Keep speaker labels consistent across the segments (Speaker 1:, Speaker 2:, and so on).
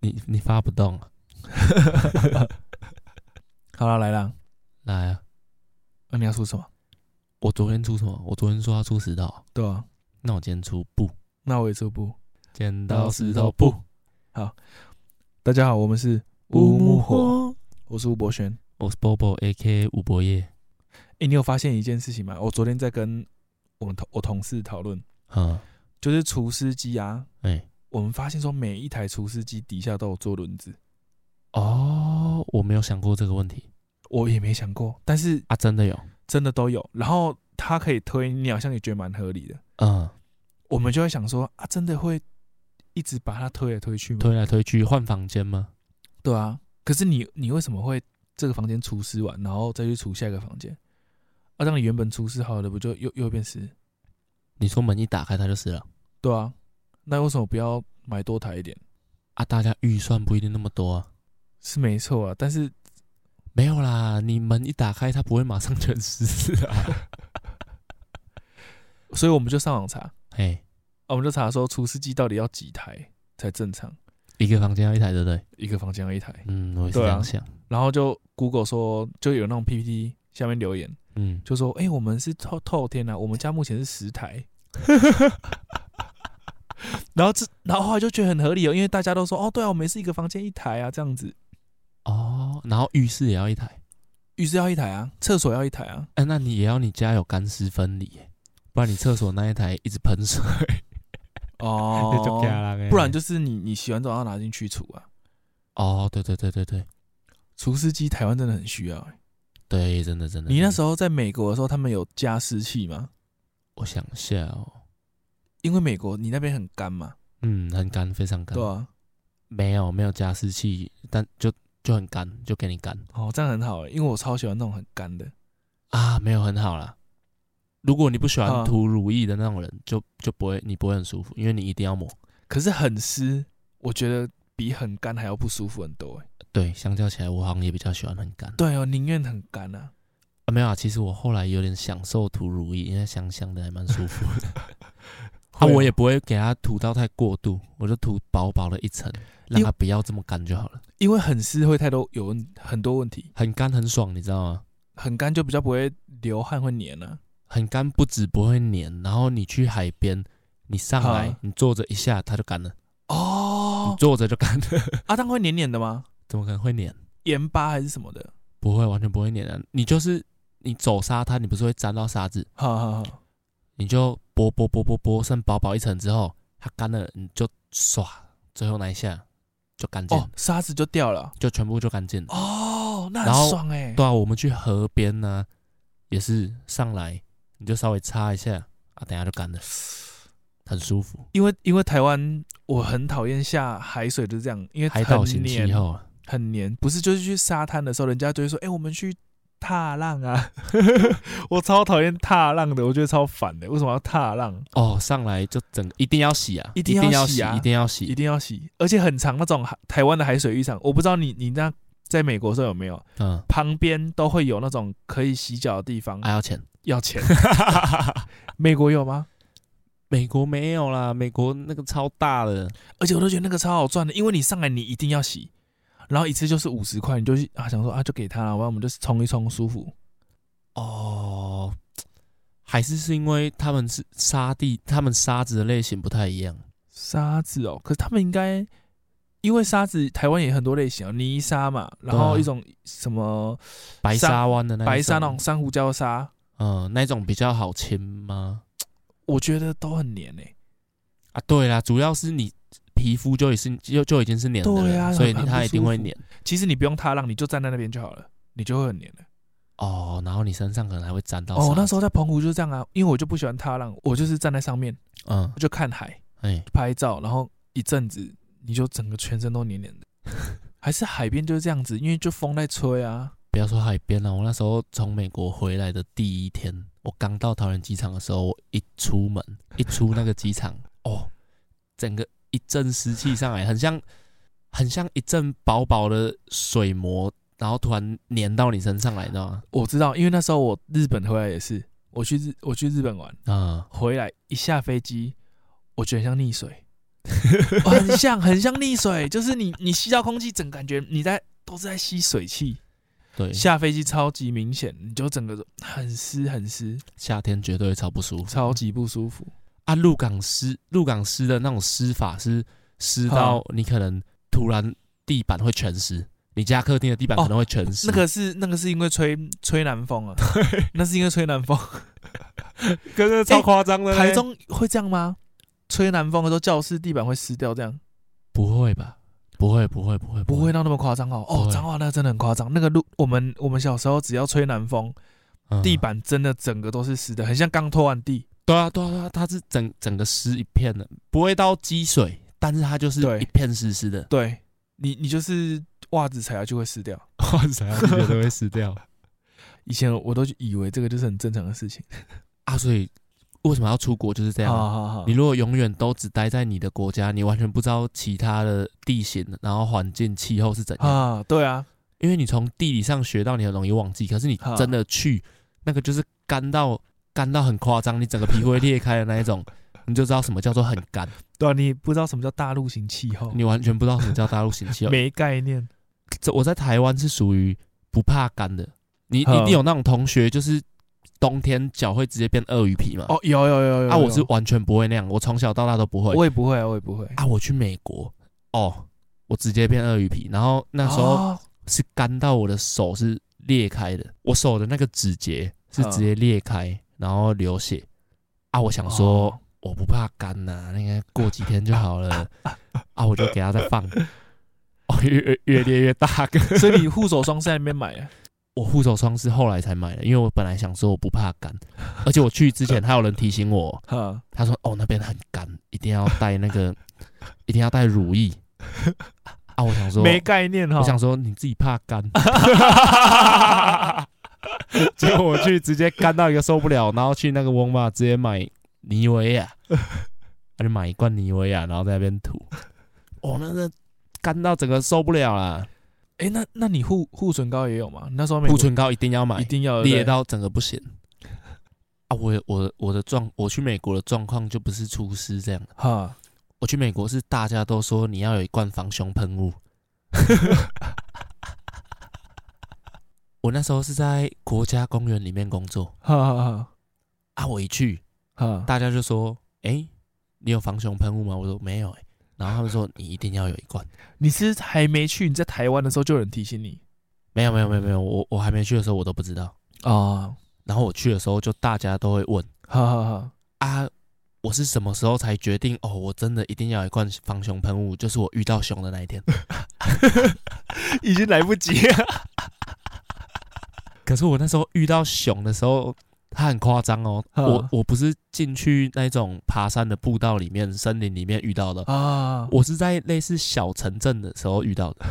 Speaker 1: 你你发不动啊？
Speaker 2: 好了，来了，
Speaker 1: 来啊！
Speaker 2: 那、你要出什么？
Speaker 1: 我昨天出什么？我昨天说要出石头，
Speaker 2: 对啊，
Speaker 1: 那我今天出布，
Speaker 2: 那我也出布。
Speaker 1: 剪刀石头布。。
Speaker 2: 大家好，我们是乌木火，，我是吴博轩。
Speaker 1: 我是 Bobo A K 吴博业。
Speaker 2: 诶，你有发现一件事情吗？我昨天在跟我们同我同事讨论，
Speaker 1: 啊，
Speaker 2: 就是除湿机啊，
Speaker 1: 哎，
Speaker 2: 我们发现说每一台除湿机底下都有坐轮子，
Speaker 1: 哦，我没有想过这个问题
Speaker 2: 我也没想过，但是
Speaker 1: 啊，真的有。真
Speaker 2: 真的都有。然后它可以推，你好像也觉得蛮合理的。
Speaker 1: 嗯，
Speaker 2: 我们就会想说啊，真的会一直把它推来推去吗？
Speaker 1: 推来推去换房间吗？
Speaker 2: 对啊，可是你你为什么会这个房间除湿完，然后再去除下一个房间？啊，当你原本除湿好的，不就又又变湿？
Speaker 1: 你说门一打开它就是了
Speaker 2: 对啊，那为什么不要买多台一点？
Speaker 1: 啊？大家预算不一定那么多啊。
Speaker 2: 是没错啊，但是
Speaker 1: 没有啦，你门一打开，它不会马上 全湿啊。
Speaker 2: 所以我们就上网查，啊、
Speaker 1: 哎，
Speaker 2: 我们就查说除湿机到底要几台才正常，
Speaker 1: 一个房间要一台，对不对？
Speaker 2: 一个房间要一台，
Speaker 1: 嗯，我也是
Speaker 2: 对
Speaker 1: 这
Speaker 2: 啊
Speaker 1: 样想。
Speaker 2: 然后就 Google 说，就有那种 PPT 下面留言，
Speaker 1: 嗯，
Speaker 2: 就说，哎、我们是透透天啊，我们家目前是十 台。然后这，然后后来就觉得很合理哦，因为大家都说，哦，对啊，我们也是一个房间一台啊，这样子，
Speaker 1: 哦，然后浴室也要一台。
Speaker 2: 浴室要一台啊，厕所要一台啊，
Speaker 1: 哎、那你也要你家有干湿分离耶，不然你厕所那一台一直喷水，
Speaker 2: 哦
Speaker 1: 那就怕人耶
Speaker 2: 不然就是你你洗完澡要拿进去除啊，
Speaker 1: 哦，对对对对对
Speaker 2: 除湿机台湾真的很需要欸、
Speaker 1: 对，真的真的。
Speaker 2: 你那
Speaker 1: 候
Speaker 2: 时候在美国的时候，他们有加湿器吗？
Speaker 1: 我想一下哦，
Speaker 2: 因为美国你那边很干嘛，
Speaker 1: 嗯，很干，非常干。
Speaker 2: 对啊，
Speaker 1: 没有没有加湿器，但就就很干，就给你干
Speaker 2: 哦，这样很好欸、因为我超喜欢那种很干的，
Speaker 1: 啊，没有很好啦。如果你不喜欢
Speaker 2: 啊
Speaker 1: 涂乳液的那种人，就就不会你不会很舒服，因为你一定要抹。
Speaker 2: 可是很湿，我觉得比很干还要不舒服很多、欸。
Speaker 1: 对，相较起来，我好像也比较喜欢很干。
Speaker 2: 对哦，宁愿很干啊。
Speaker 1: 啊，没有啊，其实我后来有点享受涂乳液，因为香香的还蛮舒服的。 啊，
Speaker 2: 会
Speaker 1: 我也不会给它涂到太过度，我就涂薄薄的一层，让
Speaker 2: 因
Speaker 1: 它不要这么干就好了。
Speaker 2: 因为很湿会太多有问很多问题，
Speaker 1: 很干很爽，你知道吗？
Speaker 2: 很干就比较不会流汗会黏啊。
Speaker 1: 很干不止不会黏，然后你去海边，你上来
Speaker 2: 啊
Speaker 1: 你坐着一下它就干了，你
Speaker 2: 哦，
Speaker 1: 坐着就干了，
Speaker 2: 阿嗯啊当会黏黏的吗？
Speaker 1: 怎么可能会黏？
Speaker 2: 盐巴还是什么的？
Speaker 1: 不会，完全不会黏的。你就是你走沙滩，你不是会沾到沙子，
Speaker 2: 好好好，
Speaker 1: 你就剥剥剥剥剥，剩薄薄一层之后，它干了，你就唰，最后那一下就干净了。
Speaker 2: 哦，沙子就掉了。
Speaker 1: 就全部就干净了。
Speaker 2: 哦，那
Speaker 1: 然后
Speaker 2: 很爽哎、
Speaker 1: 对啊，我们去河边呢、也是上来你就稍微擦一下啊，等一下就干了，很舒服。
Speaker 2: 因为因为台湾我很讨厌下海水，就是这样，因为
Speaker 1: 海岛
Speaker 2: 很
Speaker 1: 型气
Speaker 2: 黏，
Speaker 1: 候啊，
Speaker 2: 很黏。不是就是去沙滩的时候，人家就会说，哎、我们去踏浪啊。 我超讨厌踏浪的，我觉得超烦的。为什么要踏浪？
Speaker 1: 哦，上来就整个一定要洗啊，
Speaker 2: 一定
Speaker 1: 定
Speaker 2: 要
Speaker 1: 洗
Speaker 2: 洗啊
Speaker 1: 一定要
Speaker 2: 一
Speaker 1: 洗。
Speaker 2: 定要洗，而且很长那种海台湾的海水浴场，我不知道你你那在美国的时候有没有，
Speaker 1: 嗯，
Speaker 2: 旁边都会有那种可以洗脚的地方，
Speaker 1: 还 要钱。
Speaker 2: 要 钱。美国有吗？
Speaker 1: 美国没有啦，美国那个超大的，
Speaker 2: 而且我都觉得那个超好赚的，因为你上来你一定要洗，然后一次就是五十块，你就去啊想说啊就给他了，完我们就冲一冲舒服。
Speaker 1: 哦，还是是因为他们是沙地，他们沙子的类型不太一样。
Speaker 2: 沙子哦，可是他们应该因为沙子台湾也很多类型啊，泥沙嘛，然后
Speaker 1: 对啊
Speaker 2: 一种什么
Speaker 1: 白
Speaker 2: 沙
Speaker 1: 沙湾的那一
Speaker 2: 白沙那
Speaker 1: 种
Speaker 2: 种，珊瑚礁沙，
Speaker 1: 嗯，那种比较好清吗？
Speaker 2: 我觉得都很黏诶、欸
Speaker 1: 啊，对啦，主要是你皮肤就已是就就已经是黏的了，
Speaker 2: 对啊
Speaker 1: 所以
Speaker 2: 很很
Speaker 1: 你它
Speaker 2: 不
Speaker 1: 一定
Speaker 2: 舒
Speaker 1: 会
Speaker 2: 服
Speaker 1: 黏
Speaker 2: 其实你不用踏浪，你就站在那边就好了，你就会很黏的。
Speaker 1: 哦。然后你身上可能还会沾到沙子。
Speaker 2: 哦，那时候在澎湖就这样啊，因为我就不喜欢踏浪，我就是站在上面
Speaker 1: 嗯，
Speaker 2: 我就看海
Speaker 1: 哎，
Speaker 2: 拍照，然后一阵子你就整个全身都黏黏的。还是海边就是这样子，因为就风在吹啊。
Speaker 1: 不要说海边了，我那时候从美国回来的第一天，我刚到桃园机场的时候，我一出门一出那个机场，哦，整个一阵湿气上来，很像很像一阵薄薄的水膜，然后突然粘到你身上来，你知道吗？
Speaker 2: 我知道，因为那时候我日本回来也是，我去日我去日本玩，
Speaker 1: 啊、
Speaker 2: 回来一下飞机，我觉得很像溺水，哇很像很像溺水，就是你你吸到空气，整感觉你在都是在吸水汽。
Speaker 1: 对，
Speaker 2: 下飞机超级明显，你就整个很湿很湿，
Speaker 1: 夏天绝对会超不舒服。
Speaker 2: 超级不舒服。
Speaker 1: 啊，鹿港湿，鹿港湿的那种湿法是湿
Speaker 2: 啊
Speaker 1: 到你可能突然地板会全湿，你家客厅的地板
Speaker 2: 哦
Speaker 1: 可能会全湿。
Speaker 2: 那个是那个是因为吹吹南风 啊，那是因为吹南风。
Speaker 1: 可是
Speaker 2: 超
Speaker 1: 夸张的
Speaker 2: 台中会这样吗？吹南风的时候，教室地板会湿掉，这样
Speaker 1: 不会吧？不会，不会，不会，
Speaker 2: 不会到那么夸张哦。
Speaker 1: 不
Speaker 2: 哦，
Speaker 1: 会
Speaker 2: 彰化那个真的很夸张，那个路我们我们小时候只要吹南风，
Speaker 1: 嗯
Speaker 2: 地板真的整个都是湿的，很像刚拖完地。
Speaker 1: 对啊，对啊，对啊，它是整整个湿一片的，不会到积水，但是它就是
Speaker 2: 对
Speaker 1: 一片湿 湿的。
Speaker 2: 对你，你就是袜子踩下去会湿掉。
Speaker 1: 哇塞，我觉得会湿掉
Speaker 2: 以前我都以为这个就是很正常的事情。
Speaker 1: 啊！所以为什么要出国就是这样啊？
Speaker 2: 好好好
Speaker 1: 你，如果永远都只待在你的国家，你完全不知道其他的地形，然后环境、气候是怎样。
Speaker 2: 啊，对啊，
Speaker 1: 因为你从地理上学到，你很容易忘记。可是你
Speaker 2: 啊
Speaker 1: 真的去，那个就是干到干到很夸张，你整个皮会裂开的那一种，你就知道什么叫做很干。
Speaker 2: 对啊，你不知道什么叫大陆型气候，
Speaker 1: 你完全不知道什么叫大陆型气候。
Speaker 2: 哦没概念。
Speaker 1: 这我在台湾是属于不怕干的，你一
Speaker 2: 啊
Speaker 1: 定有那种同学就是冬天脚会直接变鳄鱼皮嘛。
Speaker 2: 哦，有有有有
Speaker 1: 啊，我
Speaker 2: 有
Speaker 1: 是完全不会那样，我从小到大都不会。
Speaker 2: 我也不会啊，我也不会。
Speaker 1: 啊，我去美国，哦，我直接变鳄鱼皮，然后那时候
Speaker 2: 哦
Speaker 1: 是干到我的手是裂开的，我手的那个指节是
Speaker 2: 嗯
Speaker 1: 直接裂开，然后流血。啊，我想说、
Speaker 2: 哦
Speaker 1: 我不怕干呐、那个过几天就好了。啊，我就给他再放， 哦，越越越裂越大个。
Speaker 2: 所以你护手霜是在那边买的？啊
Speaker 1: 我护手霜是后来才买的，因为我本来想说我不怕干，而且我去之前还有人提醒我，
Speaker 2: 哈，
Speaker 1: 他说：“哦，那边很干，一定要带那个， 一定要带乳液。”啊，我想说，
Speaker 2: 没哦概念哈。
Speaker 1: 我想说你自己怕干， 结果我去直接干到一个受不了，然后去那个沃尔玛直接买妮 维雅，啊他就买一罐妮维雅，然后在那边涂。哦，那个干到整个受不了啦，
Speaker 2: 哎，那那你护护唇膏也有吗？你那时候没
Speaker 1: 护唇膏一定要买
Speaker 2: 一，定要
Speaker 1: 裂到整个不行。啊，我有我的我的状，我去美国的状况就不是出师这样。
Speaker 2: 哈，
Speaker 1: 我去美国是大家都说你要有一罐防熊喷 雾。我那时候是在国家公园里面工作
Speaker 2: 哈哈
Speaker 1: 啊，我一去，
Speaker 2: 哈哈，
Speaker 1: 大家就说：“哎、你有防熊喷雾吗？”我说：“没有、欸。”然后他们说：“你一定要有一罐。
Speaker 2: 你是还没去，你在台湾的时候就有人提醒你”
Speaker 1: 没有，没有，没有，没有。我我还没去的时候我都不知道，
Speaker 2: 啊，
Speaker 1: 然后我去的时候就大家都会问
Speaker 2: 哈哈哈，
Speaker 1: 啊，我是什么时候才决定哦，我真的一定要有一罐防熊喷雾，就是我遇到熊的那 一天。
Speaker 2: 已经来不 及了。
Speaker 1: 可是我那时候遇到熊的时候，它很夸张哦。
Speaker 2: 嗯
Speaker 1: 我我不是进去那种爬山的步道里面、森林里面遇到的，
Speaker 2: 啊，
Speaker 1: 我是在类似小城镇的时候遇到的。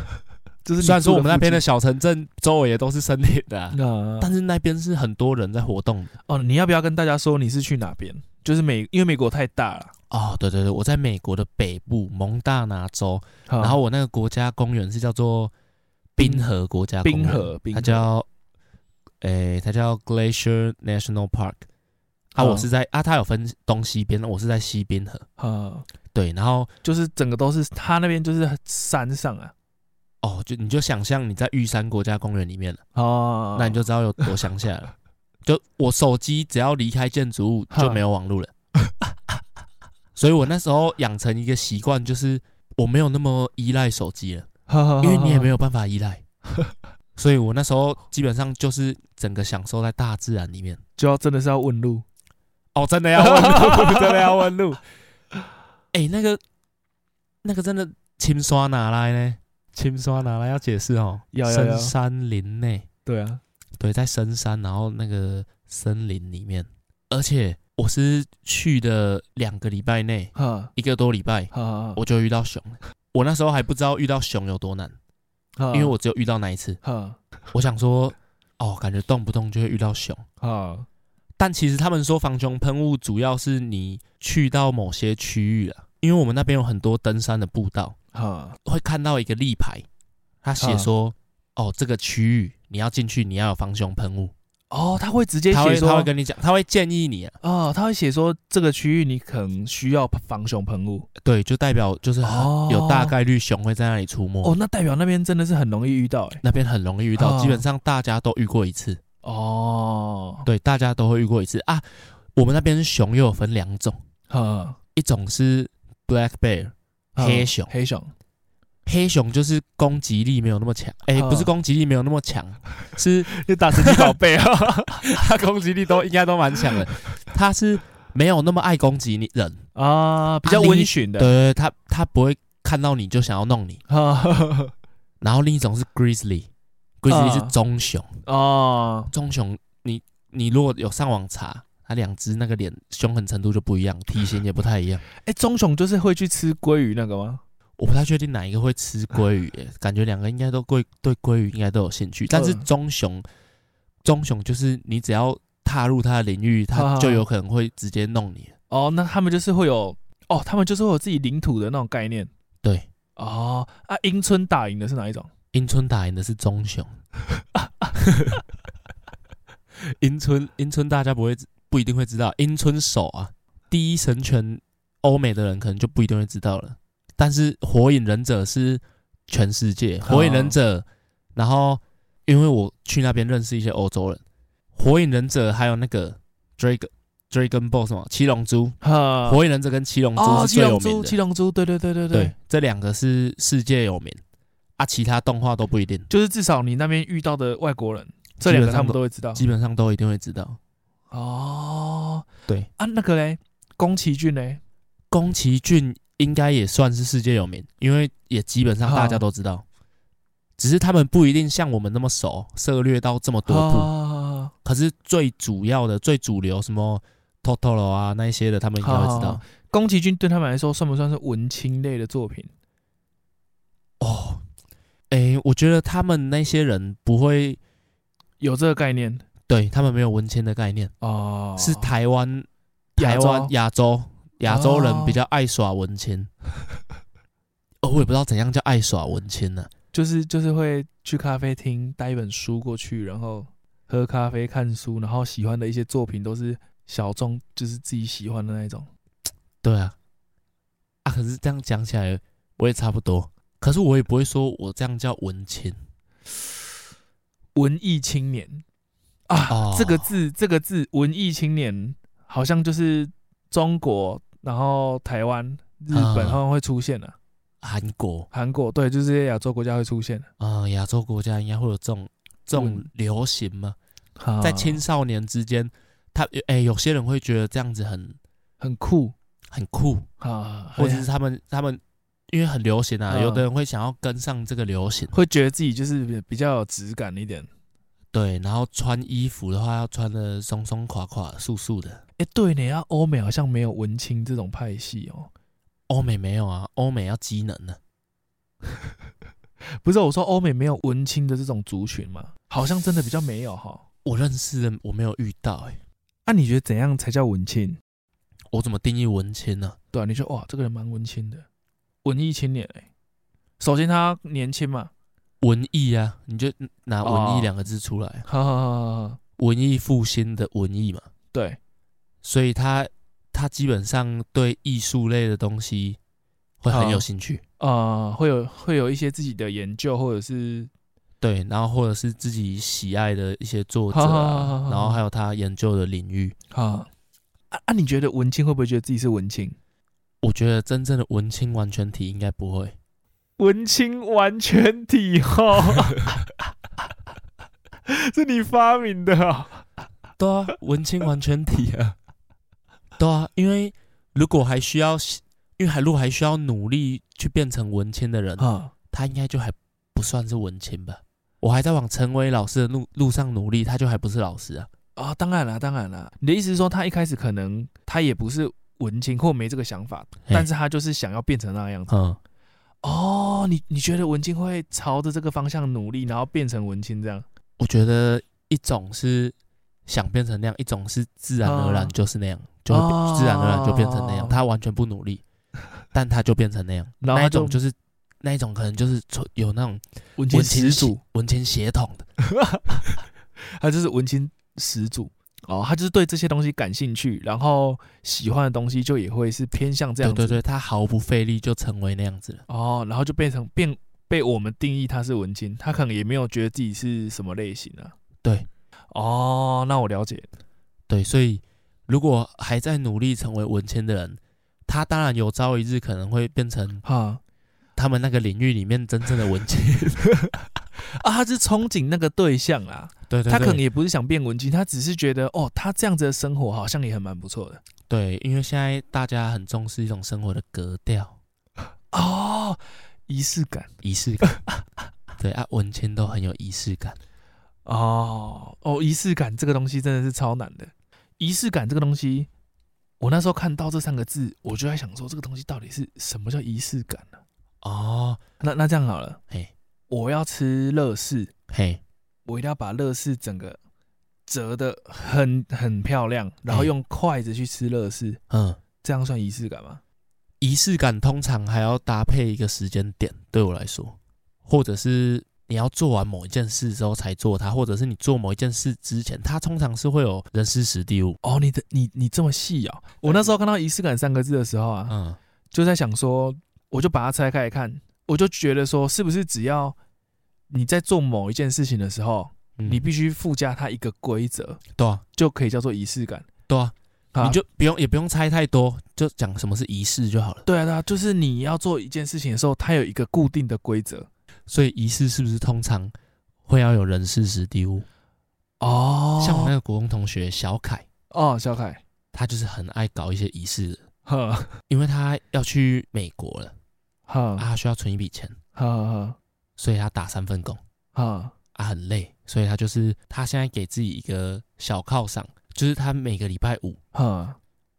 Speaker 2: 就是你
Speaker 1: 虽然说我
Speaker 2: 住
Speaker 1: 们那边的
Speaker 2: 附
Speaker 1: 小城镇周围也都是森林的啊、
Speaker 2: 近啊，
Speaker 1: 但是那边是很多人在活动的。
Speaker 2: 哦，你要不要跟大家说你是去哪边？就是美，因为美国太大了。
Speaker 1: 哦，对对对，我在美国的北部蒙大拿州，
Speaker 2: 然
Speaker 1: 然后我那个国家公园是叫做嗯冰河国家公园，
Speaker 2: 冰河冰河
Speaker 1: 它叫，诶、它叫 Glacier National Park。啊，
Speaker 2: 嗯
Speaker 1: 我是在啊，它有分东西边，我是在西边河。
Speaker 2: 啊，
Speaker 1: 对，然后
Speaker 2: 就是整个都是他那边就是山上啊。
Speaker 1: 哦，就你就想象你在玉山国家公园里面了，
Speaker 2: 哦，
Speaker 1: 那你就知道有多乡下了。 就我手机只要离开建筑物
Speaker 2: 哈
Speaker 1: 就没有网络了， 所以我那时候养成一个习惯，就是我没有那么依赖手机了。因为你也没
Speaker 2: 有
Speaker 1: 有办法依赖， 所以我那时候基本上就是整个享受在大自然里面。
Speaker 2: 就要真的是要问路，
Speaker 1: 哦，真的要问 路，真的要问。
Speaker 2: 问路，
Speaker 1: 哎、那个那个真的青刷拿来呢？青刷拿来要解释哦，
Speaker 2: 要要
Speaker 1: 深
Speaker 2: 要
Speaker 1: 山林内，
Speaker 2: 对啊，
Speaker 1: 对，在深山，然后那个森林里面，而且我是去的两个礼拜内，
Speaker 2: 哈
Speaker 1: 一个多礼拜，
Speaker 2: 哈，
Speaker 1: 我就遇到熊了。我那时候还不知道遇到熊有多难，
Speaker 2: 因
Speaker 1: 因为我只有遇到那一次。
Speaker 2: 哈
Speaker 1: 我想说，哦，感觉动不动就会遇到熊。
Speaker 2: 哈
Speaker 1: 但其实他们说防熊喷雾主要是你去到某些区域啊，因为我们那边有很多登山的步道，
Speaker 2: 哈
Speaker 1: 会看到一个
Speaker 2: 嗯
Speaker 1: 立牌，他写说，哦，这个区域你要进去，你要有防熊喷雾。
Speaker 2: 哦，他会直接
Speaker 1: 他
Speaker 2: 写
Speaker 1: 会他
Speaker 2: 说
Speaker 1: 会，跟你讲，他会建议你、啊，
Speaker 2: 哦，他会写说这个区域你可能需要防熊喷雾。
Speaker 1: 对，就代表就是
Speaker 2: 哦
Speaker 1: 有大概率熊会在那里出没。
Speaker 2: 哦，那代表那边真的是很容易遇到哎、
Speaker 1: 那边很容易遇到，
Speaker 2: 哦
Speaker 1: 基本上大家都遇过一次，
Speaker 2: 哦，
Speaker 1: 对，大家都会遇过一次啊。我们那边熊又有分两种，
Speaker 2: 嗯，
Speaker 1: 一种是 black bear
Speaker 2: 嗯
Speaker 1: 黑熊
Speaker 2: 黑熊，
Speaker 1: 黑熊，就是攻击力没有那么强，哎、
Speaker 2: 嗯
Speaker 1: 不是攻击力没有那么强，是
Speaker 2: 就打神奇宝贝啊，
Speaker 1: 它哦攻击力都应该都蛮 强的，它是没有那么爱攻击你人，
Speaker 2: 啊，比较
Speaker 1: 啊另一
Speaker 2: 温驯的，
Speaker 1: 对，它它不会看到你就想要弄你。
Speaker 2: 啊，
Speaker 1: 然后另一种是 grizzly，grizzly
Speaker 2: 嗯
Speaker 1: 是棕熊，
Speaker 2: 哦，
Speaker 1: 棕熊你你如果有上网查，它两只那个脸凶狠程度就不一样，体型也不太一样。
Speaker 2: 哎，棕熊就是会去吃鲑鱼那个吗？
Speaker 1: 我不太确定哪一个会吃鲑鱼、欸，感觉两个应该都对对鲑鱼应该都有兴趣，但是
Speaker 2: 嗯
Speaker 1: 棕熊，棕熊就是你只要踏入它的领域，
Speaker 2: 啊
Speaker 1: 它就有可能会直接弄你。
Speaker 2: 哦，那他们就是会有，哦，他们就是会有自己领土的那种概念。
Speaker 1: 对，
Speaker 2: 哦，啊，英村打赢的是哪一种？
Speaker 1: 英村打赢的是棕熊， 英村英村大家不会知不一定会知道，英村手啊，第一神拳欧美的人可能就不一定会知道了，但是火影忍者是全世界，火影忍者，然后因为我去那边认识一些欧洲人，火影忍者还有那个 Dragon Dragon Ball 什么七龙珠，
Speaker 2: 哈，
Speaker 1: 火影忍者跟七龙珠
Speaker 2: 啊哦，
Speaker 1: 是
Speaker 2: 七
Speaker 1: 最有
Speaker 2: 龙
Speaker 1: 名
Speaker 2: 珠，七
Speaker 1: 的，
Speaker 2: 龙珠，对对对对
Speaker 1: 对，，这两个是世界有名，啊，其他动画都不一定。
Speaker 2: 就是至少你那边遇到的外国人，这两个他们都会知道。
Speaker 1: 基本上都一定会知道。
Speaker 2: 哦，
Speaker 1: 对
Speaker 2: 啊，那个嘞，宫崎骏嘞，
Speaker 1: 宫崎骏应该也算是世界有名，因为也基本上大家都知道，只是他们不一定像我们那么熟，涉略到这么多部。
Speaker 2: 啊
Speaker 1: 可是最主要的、最主流什么 Totoro 啊那一些的，他们应该会知道
Speaker 2: 好。宫崎骏对他们来说算不算是文青类的作品？
Speaker 1: 哦，诶，我觉得他们那些人不会，
Speaker 2: 有这个概念
Speaker 1: 对他们没有文签的概念，
Speaker 2: 哦，
Speaker 1: 是台湾、
Speaker 2: 亚
Speaker 1: 台
Speaker 2: 洲
Speaker 1: 湾亚洲亚洲人
Speaker 2: 哦
Speaker 1: 比较爱耍文签。 哦，我也不知道怎样叫爱耍文签呢、
Speaker 2: 就是就是会去咖啡厅带一本书过去，然后喝咖啡看书，然后喜欢的一些作品都是小众，就是自己喜欢的那一种。
Speaker 1: 对啊，啊，可是这样讲起来，我也差不多。可是我也不会说我这样叫文青，
Speaker 2: 文艺青年啊，
Speaker 1: 哦
Speaker 2: 这个字，这个字，文艺青年好像就是中国，然后台湾、日本
Speaker 1: 啊
Speaker 2: 他们会出现的、
Speaker 1: 韩国
Speaker 2: 韩国对，就是这些亚洲国家会出现的、
Speaker 1: 啊，亚、洲国家应该会有这种这种
Speaker 2: 文
Speaker 1: 流行吗？
Speaker 2: 嗯啊
Speaker 1: 在青少年之间，他哎、有些人会觉得这样子很
Speaker 2: 很酷
Speaker 1: 很酷，
Speaker 2: 啊，
Speaker 1: 或者是他们他们因为很流行啊，
Speaker 2: 嗯
Speaker 1: 有的人会想要跟上这个流行，
Speaker 2: 会觉得自己就是比比较有质感一点。
Speaker 1: 对，然后穿衣服的话要穿的松松垮垮、素素的。
Speaker 2: 哎、对呢，啊，欧美好像没有文青这种派系哦。
Speaker 1: 欧美没有啊，欧美要机能呢、
Speaker 2: 不是我说欧美没有文青的这种族群嘛，好像真的比较没有哈。
Speaker 1: 我认识的我没有遇到、哎，
Speaker 2: 那、你觉得怎样才叫文青？
Speaker 1: 我怎么定义文青呢、
Speaker 2: 对啊，你说哇，这个人蛮文青的，文艺青年哎、首先他年轻嘛，
Speaker 1: 文艺啊，你就拿“文
Speaker 2: 哦
Speaker 1: 艺”两个字出来，
Speaker 2: 哈哈哈哈哈，
Speaker 1: 文艺复兴的文艺嘛，
Speaker 2: 对，
Speaker 1: 所以他他基本上对艺术类的东西会很
Speaker 2: 哦
Speaker 1: 有兴趣，
Speaker 2: 啊，会有会有一些自己的研究，或者是
Speaker 1: 对，然后或者是自己喜爱的一些作者
Speaker 2: 好好好
Speaker 1: 啊
Speaker 2: 好，好
Speaker 1: 然后还有他研究的领域。
Speaker 2: 啊啊啊，你觉得文青会不会觉得自己是文青？
Speaker 1: 我觉得真正的文青完全体应该不会，
Speaker 2: 文青完全体哦，是你发明的啊、
Speaker 1: 对啊，文青完全体啊， 对啊，因为如果还需要，因为还如果还需要努力去变成文青的人，
Speaker 2: 啊，
Speaker 1: 他应该就还不算是文青吧。我还在往成为老师的路路上努力，他就还不是老师啊。
Speaker 2: 啊，当然啦，当然啦。你的意思是说，他一开始可能他也不是文青或没这个想法，
Speaker 1: 嘿
Speaker 2: 但是他就是想要变成那个样子。
Speaker 1: 嗯，
Speaker 2: 哦，你你觉得文青会朝着这个方向努力，然后变成文青这样？
Speaker 1: 我觉得一种是想变成那样，一种是自然而然
Speaker 2: 哦
Speaker 1: 就是那样，就会变、
Speaker 2: 哦
Speaker 1: 自然而然就变成那样。他完全不努力，但他就变成那样。
Speaker 2: 啊然后
Speaker 1: 那
Speaker 2: 他
Speaker 1: 一
Speaker 2: 就
Speaker 1: 种就是那一种可能就是纯有那种
Speaker 2: 文
Speaker 1: 文
Speaker 2: 青始
Speaker 1: 青
Speaker 2: 祖
Speaker 1: 血，文青血统的，
Speaker 2: 他就是文青始祖哦，他就是对这些东西感兴趣，然后喜欢的东西就也会是偏向这
Speaker 1: 对
Speaker 2: 样子
Speaker 1: 对对，他毫不费力就成为那样子了。
Speaker 2: 哦，然后就变成变被我们定义他是文青，他可能也没有觉得自己是什么类型啊。
Speaker 1: 对，
Speaker 2: 哦，那我了解。
Speaker 1: 对，所以如果还在努力成为文青的人，他当然有朝一日可能会变成
Speaker 2: 哈
Speaker 1: 他们那个领域里面真正的文 青。
Speaker 2: 啊，他是憧憬那个对象啦，
Speaker 1: 对对对，
Speaker 2: 他可能也不是想变文青，他只是觉得哦，他这样子的生活好像也很蛮不错的
Speaker 1: 对，因为现在大家很重视一种生活的格 调、
Speaker 2: 哦，仪式感
Speaker 1: 仪式感。对啊，文青都很有仪式感。
Speaker 2: 哦哦，仪式感这个东西真的是超难的，仪式感这个东西。我那时候看到这三个字，我就在想说，这个东西到底是什么叫仪式感呢、
Speaker 1: 哦，
Speaker 2: 那那这样好了，
Speaker 1: 嘿，
Speaker 2: 我要吃乐事，
Speaker 1: 嘿，
Speaker 2: 我一定要把乐事整个折的很很漂亮，然后用筷子去吃乐事，
Speaker 1: 嗯，
Speaker 2: 这样算仪式感吗？
Speaker 1: 仪式感通常还要搭配一个时间点，对我来说，或者是你要做完某一件事之后才做它，或者是你做某一件事之前，它通常是会有人事时地物。
Speaker 2: 哦，你的你你这么细哦！我那时候看到“仪式感”三个字的时候啊，
Speaker 1: 嗯，
Speaker 2: 就在想说，我就把它拆开来看，我就觉得说，是不是只要你在做某一件事情的时候，
Speaker 1: 嗯
Speaker 2: 你必须附加它一个规则，
Speaker 1: 对啊，
Speaker 2: 就可以叫做仪式感？
Speaker 1: 对啊，
Speaker 2: 啊
Speaker 1: 你就不用也不用猜太多，就讲什么是仪式就好了。
Speaker 2: 对啊对啊，就是你要做一件事情的时候，它有一个固定的规则。
Speaker 1: 所以仪式是不是通常会要有人事时地物？
Speaker 2: 哦
Speaker 1: 像我那
Speaker 2: 那
Speaker 1: 个国中同学小凯，
Speaker 2: 哦，小凯，
Speaker 1: 他就是很爱搞一些仪式的，
Speaker 2: 呵
Speaker 1: 因为他要去美国了，
Speaker 2: 呵
Speaker 1: 啊，
Speaker 2: 呵
Speaker 1: 他需要存一笔钱，
Speaker 2: 呵。
Speaker 1: 所以他打三份工，
Speaker 2: 啊，
Speaker 1: 啊，很累，所以他就是他现在给自己一个小犒赏，就是他每个礼拜五
Speaker 2: 哈，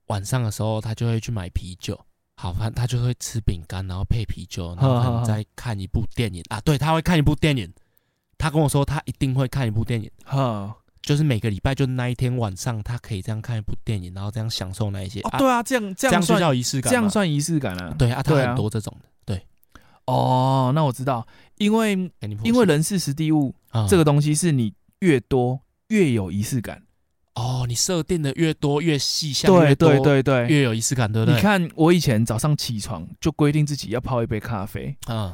Speaker 1: 晚上的时候，他就会去买啤酒。好，反正他就会吃饼干，然后配啤酒，然后可能再看一部电影啊。对，他会看一部电影。他跟我说，他一定会看一部电影，啊
Speaker 2: 哈，
Speaker 1: 就是每个礼拜就那一天晚上，他可以这样看一部电影，然后这样享受那一些、
Speaker 2: 哦，
Speaker 1: 啊。
Speaker 2: 对啊，这样这
Speaker 1: 这
Speaker 2: 样
Speaker 1: 样就
Speaker 2: 算
Speaker 1: 叫仪式感
Speaker 2: 这
Speaker 1: 嘛。
Speaker 2: 样算仪式感啊。
Speaker 1: 对啊，他
Speaker 2: 对啊
Speaker 1: 很多这种的。
Speaker 2: 哦，那我知道，因为
Speaker 1: 给你剖析
Speaker 2: 因为人事实地物
Speaker 1: 啊
Speaker 2: 这个东西是你越多越有仪式感。
Speaker 1: 哦，你设定的越多越细项，
Speaker 2: 对
Speaker 1: 越多
Speaker 2: 对对对，
Speaker 1: 越有仪式感，对不对？
Speaker 2: 你，看我以前早上起床就规定自己要泡一杯咖啡，
Speaker 1: 嗯，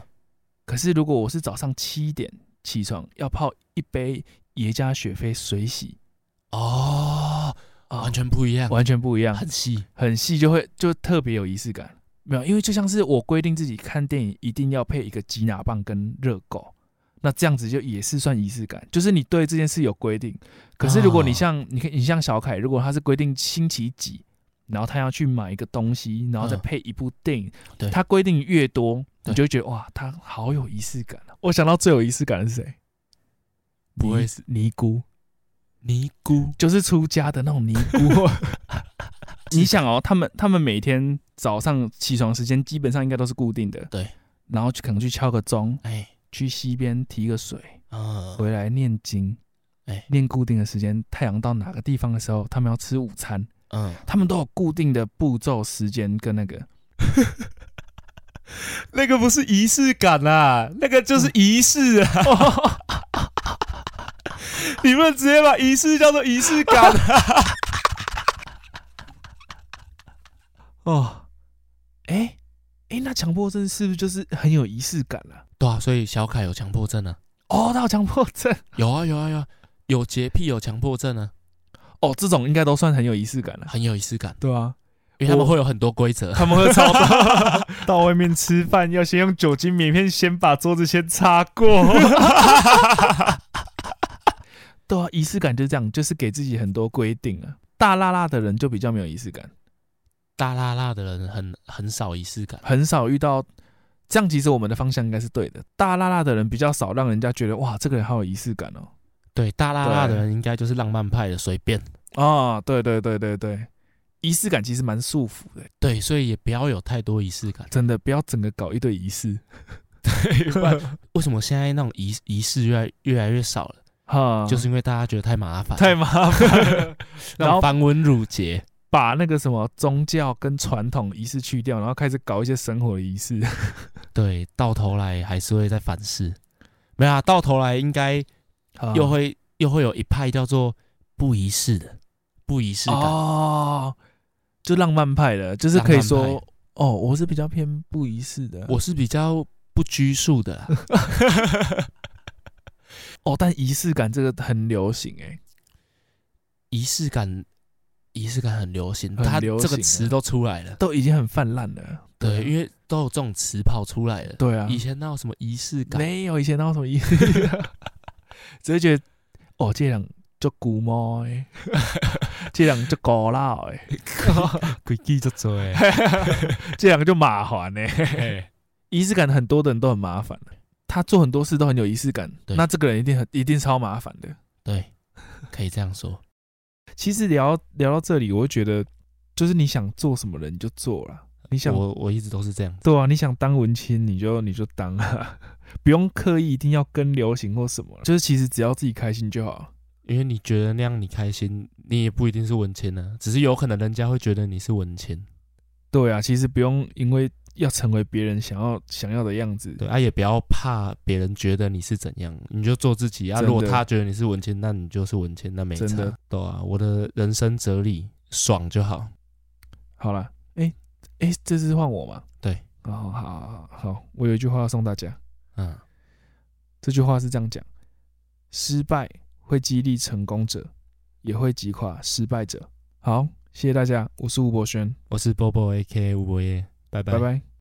Speaker 2: 可是如果我是早上七点起床要泡一杯耶加雪菲水洗
Speaker 1: 哦，
Speaker 2: 啊
Speaker 1: 完全不一样，
Speaker 2: 完全不一样，
Speaker 1: 很细。
Speaker 2: 很细就会就特别有仪式感。没有，因为就像是我规定自己看电影一定要配一个吉拿棒跟热狗，那这样子就也是算仪式感，就是你对这件事有规定。可是如
Speaker 1: 啊
Speaker 2: 果你像、你看你像小凯，如果他是规定星期几，然后他要去买一个东西，然后再
Speaker 1: 嗯
Speaker 2: 配一部电影，
Speaker 1: 对
Speaker 2: 他规定越多，你
Speaker 1: 对
Speaker 2: 就会觉得哇，他好有仪式感、啊、我想到最有仪式感的是谁？
Speaker 1: 不会
Speaker 2: 尼
Speaker 1: 是
Speaker 2: 尼姑，
Speaker 1: 尼姑，
Speaker 2: 就是出家的那种尼 姑。你想哦，他们他们每天早上起床时间基本上应该都是固定的，
Speaker 1: 对。
Speaker 2: 然后就可能去敲个钟，
Speaker 1: 哎，
Speaker 2: 去溪边提个水，
Speaker 1: 嗯，
Speaker 2: 回来念经。
Speaker 1: 哎
Speaker 2: 念固定的时间，太阳到哪个地方的时候，他们要吃午餐，
Speaker 1: 嗯，
Speaker 2: 他们都有固定的步骤、时间跟那个。 那个不是仪式感啊，那个就是仪式啊！ 你们直接把仪式叫做仪式感啊！ 哦，哎、哎、那强迫症是不是就是很有仪式感啊？
Speaker 1: 对啊，所以小凯有强迫症啊，
Speaker 2: 哦，他有强迫症
Speaker 1: 有啊，有啊，有啊，有洁癖，有强迫症啊，
Speaker 2: 哦，这种应该都算很有仪式感了、
Speaker 1: 很有仪式感，
Speaker 2: 对啊，
Speaker 1: 因为他们
Speaker 2: 我
Speaker 1: 会有很多规 则。
Speaker 2: 他们会超到到外面吃饭，要先用酒精棉片先把桌子先擦过。 对啊，仪式感就是这样，就是给自己很多规定啊。大辣辣的人就比较没有仪式感，
Speaker 1: 大辣辣的人很很少仪式感，
Speaker 2: 很少遇到。这样其实我们的方向应该是对的，大辣辣的人比较少让人家觉得哇，这个人好有仪式感哦。
Speaker 1: 对，大辣辣的
Speaker 2: 对
Speaker 1: 人应该就是浪漫派的，随便。
Speaker 2: 啊，对对对对对，仪式感其实蛮束缚的，
Speaker 1: 对，所以也不要有太多仪式感。
Speaker 2: 真的不要整个搞一堆仪式。
Speaker 1: 不然为什么现在那种仪仪式越来越来越少了？
Speaker 2: 哈，
Speaker 1: 就是因为大家觉得太麻
Speaker 2: 啊
Speaker 1: 烦，
Speaker 2: 太麻烦 了。
Speaker 1: 那
Speaker 2: 然后
Speaker 1: 种繁文缛节。
Speaker 2: 把那个什么宗教跟传统仪式去掉，然后开始搞一些生活仪 式。
Speaker 1: 对，到头来还是会在反
Speaker 2: 啊
Speaker 1: 思。没有啊，到头来应该又会、又会有一派叫做不仪式的，不仪式感。
Speaker 2: 哦，就浪漫派的，就是可以
Speaker 1: 浪漫
Speaker 2: 说哦，我是比较偏不一式的，
Speaker 1: 我是比较不拘束的啦，
Speaker 2: 哦，但仪式感这个很流行哎、
Speaker 1: 仪式感，仪式感很流行，
Speaker 2: 很
Speaker 1: 它
Speaker 2: 流
Speaker 1: 这个
Speaker 2: 行
Speaker 1: 词
Speaker 2: 啊
Speaker 1: 都出来了。
Speaker 2: 都已经很泛滥了。
Speaker 1: 对，因为都有这种词跑出来了。
Speaker 2: 对啊，
Speaker 1: 以前那有什么仪式感？
Speaker 2: 没有以前那有什么仪式， 只是觉得哦，这人就古猫哎， 这人就古老哎，
Speaker 1: 鬼记就做 哎，
Speaker 2: 这人就麻烦哎。
Speaker 1: 嘿
Speaker 2: 仪式感很多的人都很麻烦他做很多事都很有仪式感，
Speaker 1: 对
Speaker 2: 那这个人一定很一定超麻烦的。
Speaker 1: 对，可以这样说。
Speaker 2: 其实聊聊到这里，我会觉得就是你想做什么人你就做了，你想
Speaker 1: 我我一直都是这样子。
Speaker 2: 对啊，你想当文青，你就你就当啊， 不用刻意一定要跟流行或什么，就是其实只要自己开心就好。
Speaker 1: 因为你觉得那样你开心，你也不一定是文青呢、啊，只是有可能人家会觉得你是文青，
Speaker 2: 对啊，其实不用因为要成为别人想要想要的样子，
Speaker 1: 对啊，也不要怕别人觉得你是怎样，你就做自己啊。
Speaker 2: 真的
Speaker 1: 如果他觉得你是文青，那你就是文青，那没
Speaker 2: 真
Speaker 1: 差
Speaker 2: 的，
Speaker 1: 对啊。我的人生哲理，爽就好。
Speaker 2: 好了，哎、哎、这次换我嘛？
Speaker 1: 对，
Speaker 2: 哦，好好好好，我有一句话要送大家，
Speaker 1: 嗯，
Speaker 2: 这句话是这样讲：失败会激励成功者，也会击垮失败者。好，谢谢大家，我是吴博轩，
Speaker 1: 我是 Bobo A K 吴博业，拜
Speaker 2: 拜拜。